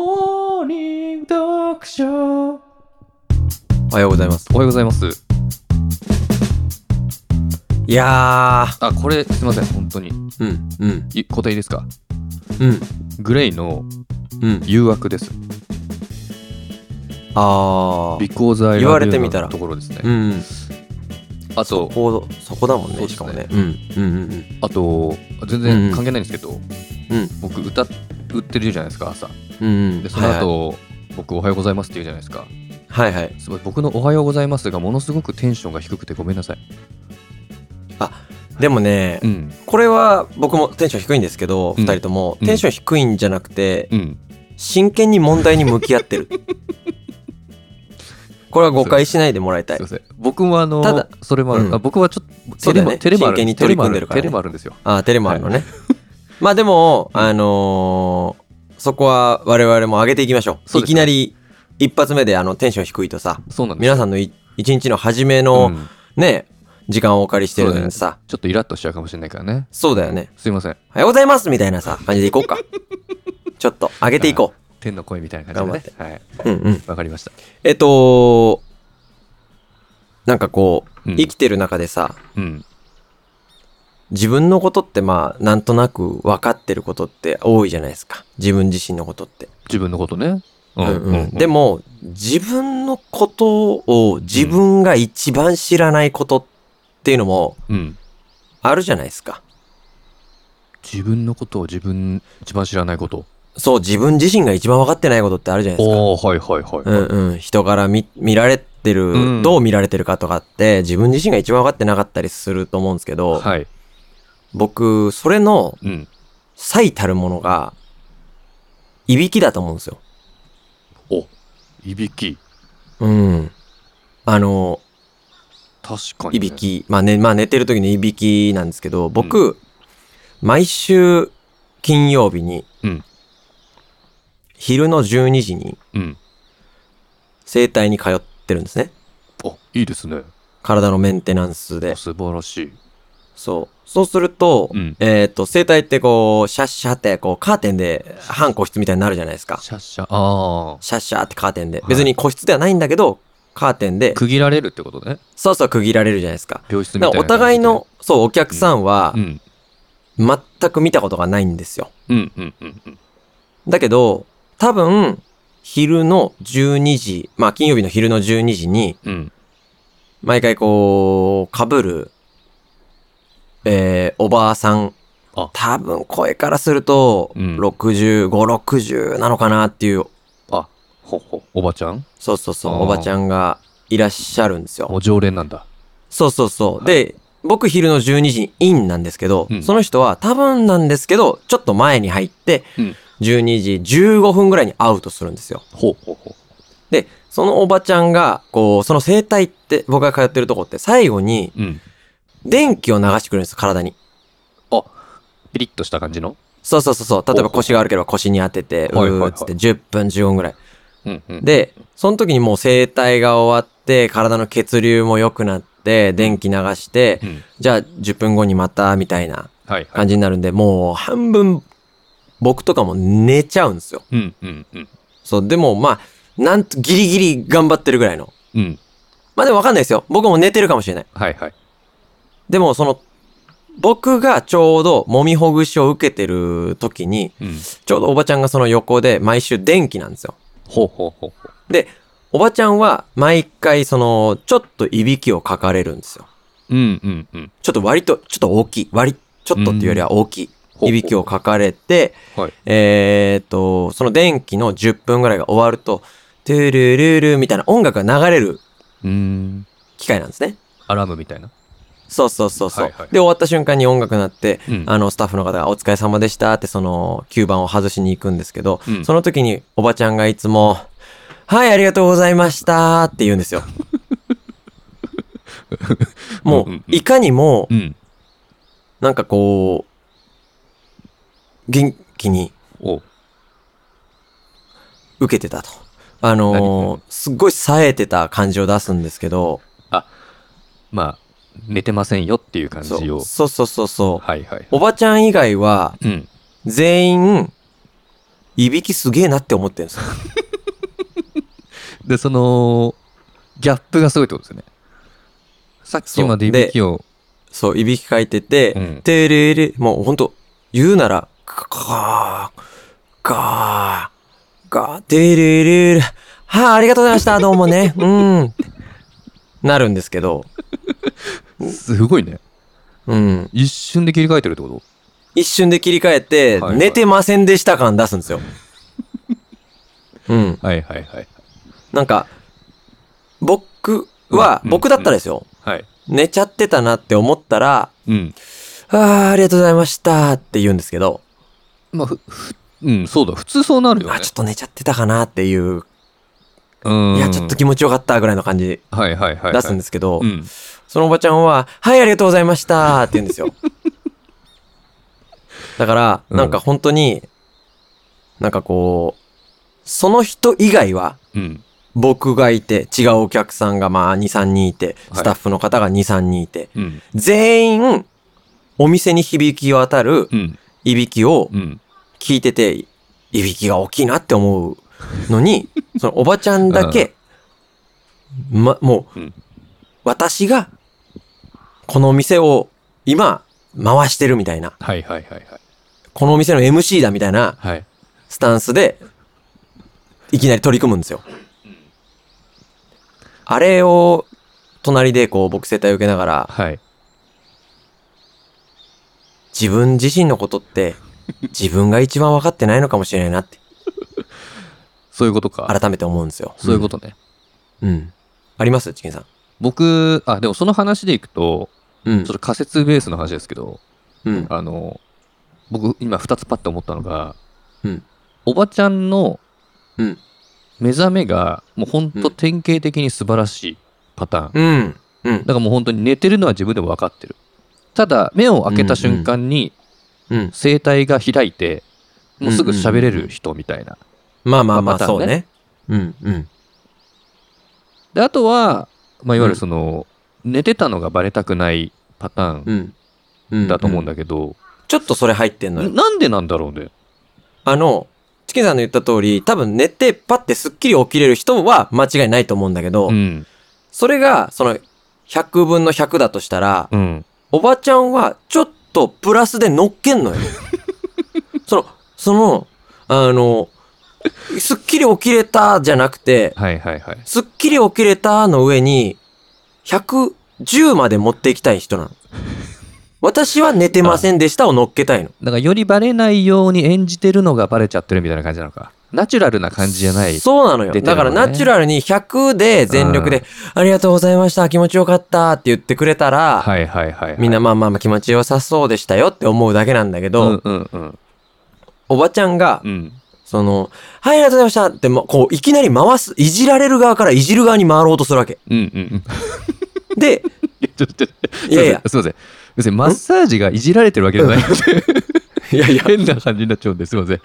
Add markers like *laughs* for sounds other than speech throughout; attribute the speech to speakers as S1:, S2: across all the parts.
S1: モーニング読書
S2: おはようございます。
S1: おはようございます
S2: いや
S1: あこれすいません本当に
S2: ー、うん、うん、
S1: い答えいいですか
S2: うん、
S1: グレイの
S2: うん。
S1: 誘惑です
S2: あー、
S1: Because I
S2: 言われてみたら
S1: love you のところですね
S2: うん、
S1: あと
S2: こう、そこだもん
S1: そうで
S2: ね、
S1: すね
S2: しかもね。うん、うん、
S1: あと全
S2: うんう
S1: 然
S2: ん
S1: 関係ないんですけど、
S2: うん
S1: 僕歌ってるじゃないですか朝
S2: うん、うん。
S1: でその後、僕おはようございますって言うじゃないですか
S2: はいはい。はいはい。
S1: すごい僕のおはようございますがものすごくテンションが低くてごめんなさい
S2: でもね、
S1: うん
S2: これは僕もテンション低いんですけど、
S1: うん
S2: 二人とも、
S1: うん
S2: テンション低いんじゃなくて、
S1: うん
S2: 真剣に問題に向き合
S1: *laughs*
S2: ってる。これは誤解しないでもらい
S1: す
S2: たい
S1: いま。せん僕もあの
S2: ただ
S1: それもある、
S2: うん
S1: あ僕はちょっと
S2: そうだよね
S1: テレもある
S2: 真剣に取り組んでるからね
S1: テレもあるんですよ
S2: あー、テレもあるのね。まあでも、あのーそこは我々も上げていきましょう。
S1: そう
S2: い
S1: ですね
S2: きなり、一発目であの、テンション低いとさ、
S1: そうなんです
S2: 皆さんのい一日の初め
S1: の、う
S2: の
S1: ん
S2: ね、時間をお借りしてるのにさ、
S1: ちょっとイラッとしちゃうかもしれないからね
S2: そうだよね。
S1: すいません
S2: おはようございますみたいなさ、感じでいこうか。ちょっと上げていこ
S1: 天の声みたいな感じでねはい、
S2: う。うんうん。
S1: わかりました
S2: えっと、なんかこう、
S1: うん
S2: 生きてる中でさ、
S1: うん
S2: 自分のことってまあ、なんとなく分かってることって多いじゃないですか。自分自身のことって。
S1: 自分のことねう
S2: うんうんでも、自分のことを自分が一番知らないことっていうのも
S1: うん
S2: あるじゃないですか。
S1: 自分のことを自分一番知らないこと
S2: そう、自分自身が一番分かってないことってあるじゃないですか。
S1: おおはいはいはい、
S2: うんうん、人から見見られてる、
S1: うん
S2: どう見られてるかとかって自分自身が一番分かってなかったりすると思うんですけど、
S1: はい
S2: 僕それの
S1: うん
S2: 最たるものがいびきだと思うんですよ。
S1: おいびき
S2: うん、あの
S1: 確かに、ね、
S2: いびき、まあねまあ、寝てる時のいびきなんですけど僕、毎週金曜日に、
S1: うん
S2: 昼の12時に
S1: うん
S2: 整体に通ってるんですね
S1: あいいですね
S2: 体のメンテナンスで
S1: あ素晴らしい
S2: そうそうすると、
S1: うん
S2: えっ、と、生体ってこう、シャッシャって、こう、カーテンで、半個室みたいになるじゃないですか。
S1: シャッシャああ
S2: シャッシャってカーテンで
S1: は。い
S2: 別に個室ではないんだけど、カーテンで、
S1: 区切られるってことね
S2: そうそう区切られるじゃないですか。
S1: 病室みた
S2: だ
S1: い
S2: か
S1: な
S2: らお互いの、そう、お客さんは
S1: う、ん
S2: 全く見たことがないんですよ。
S1: うんうんうんうん
S2: だけど、多分、昼の12時、まあ、金曜日の昼の12時に、
S1: うん
S2: 毎回こう、被る、えー、おばあさん
S1: あ。
S2: 多分声からすると、
S1: うん
S2: 65、60なのかなっていう、
S1: あほほおばちゃん
S2: そうそうそ
S1: あー
S2: う、おばちゃんがいらっしゃるんです
S1: も
S2: よ。
S1: う常連なんだ
S2: そうそうそう。
S1: は
S2: で、僕昼の12時にインなんですけど、
S1: うん
S2: その人は多分なんですけど、ちょっと前に入って、
S1: うん
S2: 12時15分ぐらいにアウトするんですよ。
S1: ほうほうほ
S2: で、そのおばちゃんが、こう、その生態って、僕が通ってるとこって、最後に
S1: ううん
S2: 電気を流してくれるんです、体に。
S1: ピリッとした感じの
S2: そうそうそうそう。例えば腰が悪ければ腰に当てて、う
S1: はいはいはい
S2: ーっつって10分15分ぐらい。
S1: うんうん
S2: で、その時にもう整体が終わって、体の血流も良くなって、電気流して、
S1: うん
S2: じゃあ10分後にまた、みたいな
S1: はいはい
S2: 感じになるんで、もう半分、僕とかも寝ちゃうんですよ。
S1: うんうんうん
S2: そう、でもまあ、なんとギリギリ頑張ってるぐらいの。
S1: うん
S2: まあでもわかんないですよ。僕も寝てるかもしれない。
S1: はいはい
S2: でもその、僕がちょうど揉みほぐしを受けてる時に、
S1: うん
S2: ちょうどおばちゃんがその横で毎週電気なんですよ。
S1: ほうほうほうほう
S2: で、おばちゃんは毎回その、ちょっといびきをかかれるんですよ。
S1: うんうんうん
S2: ちょっと割と、ちょっと大きい。割、ちょっとっていうよりは大きい。いびきをかかれて、
S1: はい
S2: えーっと、その電気の10分ぐらいが終わると、トゥルルルみたいな音楽が流れる
S1: うーん
S2: 機械なんですね。
S1: アラームみたいな
S2: そうそうそうそう。
S1: はいはい
S2: で、終わった瞬間に音楽が鳴って、
S1: うん
S2: あの、スタッフの方がお疲れ様でしたって、その、吸盤を外しに行くんですけど、
S1: うん
S2: その時におばちゃんがいつも、はい、ありがとうございましたって言うん
S1: *laughs*
S2: ですよ。も
S1: うんうん
S2: う、いかにも
S1: う、ん
S2: なんかこう、元気に
S1: お
S2: 受けてたと。あのーすっごい冴えてた感じを出すんですけど、
S1: まあ寝てませんよっていう感
S2: そ
S1: じを
S2: うそうそうそうそう。
S1: はいはい
S2: おばちゃん以外は、
S1: うん
S2: 全員、いびきすげえなって思ってるんですよ。
S1: でそのギャップがすごいってことですよね *laughs* さっきまでい
S2: そう
S1: びきを
S2: そう、いびきかいてて、
S1: うん
S2: てれれ、もうほんと、言うなら、かー、かー、かー、てれれれ、はあ、ありがとうございました、どうもね、うん、なるんですけど、
S1: すごいね
S2: うん、
S1: 一瞬で切り替えてるってこと
S2: 一瞬で切り替え
S1: は
S2: て、
S1: いはい
S2: 寝てませんでした感出すんですよ。うん、
S1: はいはいはい
S2: なんか、僕は、
S1: うん
S2: 僕だったらですよ、
S1: はい
S2: 寝ちゃってたなって思ったら、
S1: うん
S2: ああ、ありがとうございましたって言うんですけど、
S1: まあふふうんそうだ普通そうなるよね
S2: あ、ちょっと寝ちゃってたかなっていう
S1: うん
S2: いや、ちょっと気持ちよかったぐらいの感じ
S1: はいはいはいはい
S2: 出すんですけど、
S1: うん
S2: そのおばちゃんは、はい、ありがとうございましたって言うんですよ。だから、
S1: うん
S2: なんか本当に、なんかこう、その人以外は、
S1: うん
S2: 僕がいて、違うお客さんがまあ2、3人いて、
S1: はい
S2: スタッフの方が2、3人いて、
S1: うん
S2: 全員、お店に響き渡る
S1: うん
S2: いびきを
S1: うん
S2: 聞いてて、いびきが大きいなって思う
S1: *laughs*
S2: のに、そのおばちゃんだけ、ま、もう、
S1: うん
S2: 私が、このお店を今、回してるみたいな、
S1: はいはいはいはい
S2: このお店の MC だみたいな
S1: はい
S2: スタンスで、いきなり取り組むんですよ。あれを、隣でこう、僕世帯受けながら、
S1: はい
S2: 自分自身のことって、自分が一番分かってないのかもしれないなって、
S1: そういうことか
S2: 改めて思うんですよ。
S1: そういうことね
S2: うん。ありますチキンさん。
S1: 僕あでもその話でいくと
S2: うん
S1: ちょっ。と仮説ベースの話ですけど
S2: うん。
S1: あの僕今2つパッと思ったのが、
S2: うん
S1: おばちゃんの
S2: うん
S1: 目覚めがもうほん
S2: う
S1: と
S2: ん
S1: 典型的に素晴らしいパターン、だ
S2: うん。うん。
S1: からもう本当に寝てるのは自分でも分かってるただ目を開けた瞬間に
S2: うん。
S1: 声帯が開いてもうすぐ喋れ
S2: うんうんう
S1: る
S2: ん
S1: 人みたいな
S2: まあまあまあ、
S1: パター
S2: そ
S1: ンね
S2: うね。うん。うん。
S1: であとは、まあ、いわゆ
S2: う
S1: る
S2: ん
S1: その、寝てたのがバレたくないパター
S2: うん。うん。
S1: ンだと思うん
S2: け
S1: だけど、
S2: ど。ちょっとそれ入ってんのよ。
S1: なんでなんだろうね
S2: あの、チキンさんの言った通り、多分寝てパッてスッキリ起きれる人は間違いないと思うんだけど、
S1: うん
S2: それが、その、100分の100だとしたら、
S1: うん
S2: おばちゃんはちょっとプラスで乗っけんの
S1: *laughs*
S2: よ。その、その、あの、スッキリ起きれたじゃなくて、
S1: はいはいはい
S2: すっきり起きれたの上に、110まで持っていきたい人なの。私は寝てませんでしたを乗っけたいの。
S1: だからよりバレないように演じてるのがバレちゃってるみたいな感じなのかナチュラルな感じじゃない
S2: そうなのよ。
S1: 出てる
S2: だ
S1: の
S2: か
S1: ね
S2: らナチュラルに100で全力
S1: う
S2: で、ありがとうございました、気持ちよかったって言ってくれたら、
S1: はいはいはい、はい、
S2: みんなまあまあまあ気持ちよさそうでしたよって思うだけなんだけ
S1: う
S2: ど、
S1: んうんうん
S2: おばちゃんが、
S1: うん
S2: その、はい、ありがとうございましたって、まこう、いきなり回す、いじられる側からいじる側に回ろうとするわけ。
S1: うんうんうん
S2: で、
S1: ちょっとちょっと
S2: いやいや
S1: すいません別にマッサージがいじられてるわけじゃないので
S2: いやい
S1: *laughs*
S2: や、
S1: 変な感じになっちゃうんですいません
S2: い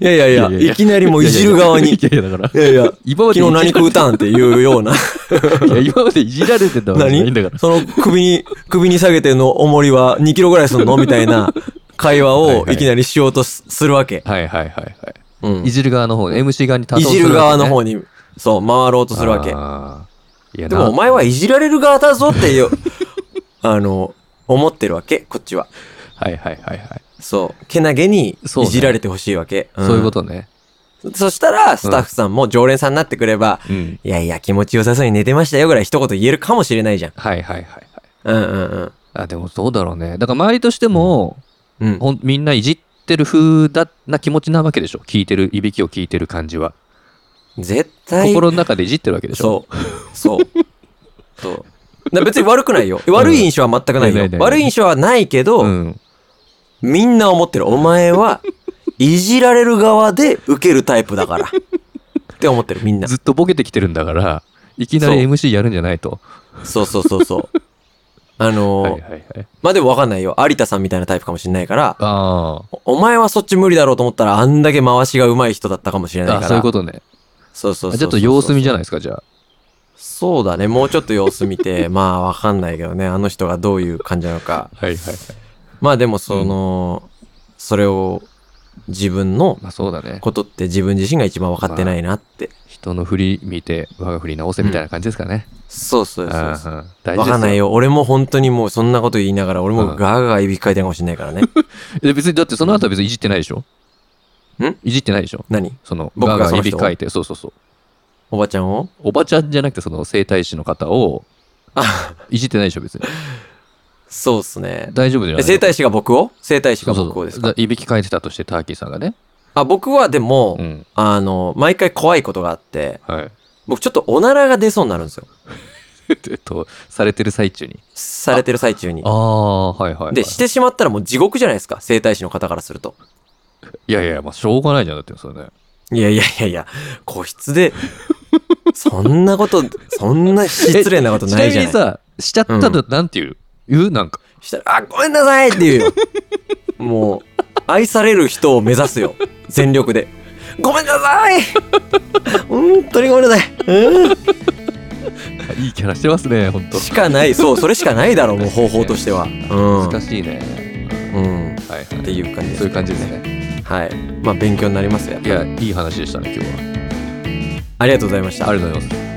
S2: やいやいや、
S1: いやいやいや
S2: いきなりもういじる側に、い
S1: いやいやだから
S2: やいや、
S1: 今まで
S2: 昨日何食うたんっていうよ
S1: *laughs*
S2: うな。
S1: いや今までいじられてたわけじゃないんだ *laughs* から
S2: 何その首に、首に下げての重りは2キロぐらいすんのみたい
S1: *laughs*
S2: な会話
S1: はい
S2: を
S1: はい
S2: いきなりしようとすするわけ。
S1: はいはいはいはい
S2: うん
S1: いじる側の方 MC 側に担
S2: い
S1: 当す
S2: じ
S1: る
S2: る側の
S1: わ
S2: 方に、そう、回ろう
S1: け
S2: と
S1: ね
S2: するわけ。
S1: あーいや
S2: で
S1: な
S2: もお前はいじられる側だぞっていう、 *laughs* あの、思ってるわけ、こっちは。
S1: はいはいはいはい、
S2: そう、けなげに
S1: そう
S2: い
S1: ね
S2: じられてほしいわけ。ん
S1: そういうことね
S2: そしたら、スタッフさんも常連さんになってくれば、
S1: うん
S2: いやいや、気持ちよさそうに寝てましたよぐらい一言言えるかもしれないじゃん。
S1: はいはいはいはい
S2: うんうんうん。
S1: あでもそうだろうねだから周りとしても、
S2: うん。
S1: ほんみんないじってる風だな気持ちなわけでしょ聞いてるいびきを聞いてる感じは
S2: 絶対、
S1: 心の中でいじってるわけでしょ
S2: そ
S1: *laughs*
S2: う。そう。そう。だ別に悪くないよ。悪い印象は全くない
S1: な
S2: よ
S1: いない。ない
S2: 悪い印象はないけど、
S1: うん、
S2: みんな思ってる。お前は、いじられる側で受けるタイプだから。って思ってる、みんな。
S1: ずっとボケてきてるんだからいきなり
S2: そう
S1: MC やるんじゃないと
S2: そうそうそうそう。あの
S1: は
S2: ー
S1: いはいはい
S2: まあ、でもわかんないよ。有田さんみたいなタイプかもしれないから、
S1: あー
S2: おお前はそっち無理だろうと思ったら、あんだけ回しが上手い人だったかもしれないか
S1: あ
S2: ら。
S1: そういうことね
S2: そうそうそうそう
S1: ちょっと様子見じゃないですかじゃあ
S2: そうだね。もうちょっと様子見て、 *laughs* まあわかんないけどね。あの人がどういう感じなのか。
S1: はいはいはい
S2: まあでもその、それを自分の
S1: まあそうだね。
S2: ことって自分自身が一番分かってないなって。
S1: 人の振り見て、我が振り直せみたいな感じですかね。、
S2: そうそううんそうそう。
S1: うん大事で
S2: わ
S1: す
S2: かんないよ。俺も本当にもうそんなこと言いながら、俺も
S1: うん
S2: ガーガーいびきかいてるかもしれないか
S1: *laughs*
S2: らね。
S1: え別に、だってその後は別にいじってないでしょ
S2: ん
S1: いじってないでしょ
S2: 何
S1: その、
S2: 僕
S1: ガーガ
S2: がそ
S1: ー
S2: の
S1: い
S2: 人
S1: びきかいて、そうそうそう。
S2: おばちゃんを
S1: おばちゃんじゃなくて、その整体師の方
S2: *laughs*
S1: を、いじってないでしょ別に。
S2: そうっすね。
S1: 大丈夫じゃな
S2: え
S1: い
S2: 整体師が僕を整体師
S1: そ
S2: が
S1: うそう
S2: 僕をです
S1: だ
S2: か
S1: いびきかいてたとして、ターキーさんがね。
S2: あ、僕はでも、
S1: うん。
S2: あの、毎回怖いことがあって、
S1: はい。 *laughs*
S2: 僕ちょっとおならが出そうになるんですよ。
S1: えっと、されてる最中に。
S2: されてる最中に
S1: あ。あ、はいはい、はい。
S2: で、してしまったらもう地獄じゃないですか。整体師の方からすると。
S1: いやいや、まあ、しょうがないじゃん、だって、それね。
S2: いやいやいやいや、個室で、そんなこと、そんな失礼なことないじゃない
S1: ちなみにさ、しちゃったの、なんていう言うなんか。
S2: したら、あ、ごめんなさいって言うよ。もう、愛される人を目指すよ。全力で。ごめんなさい本当にごめんなさい。うん
S1: いいキャラしてますね、ほんと。
S2: しかない、そう、それしかないだろう、もう方法としては。
S1: 難
S2: う
S1: しいね。
S2: ん。うん。っ
S1: はい。って
S2: いう感じです。
S1: そういう感じです。ね。
S2: はい。まあ、勉強になりますよ。
S1: いや、いい話でしたね、今日は。
S2: ありがとうございました
S1: あ。りがとうございます。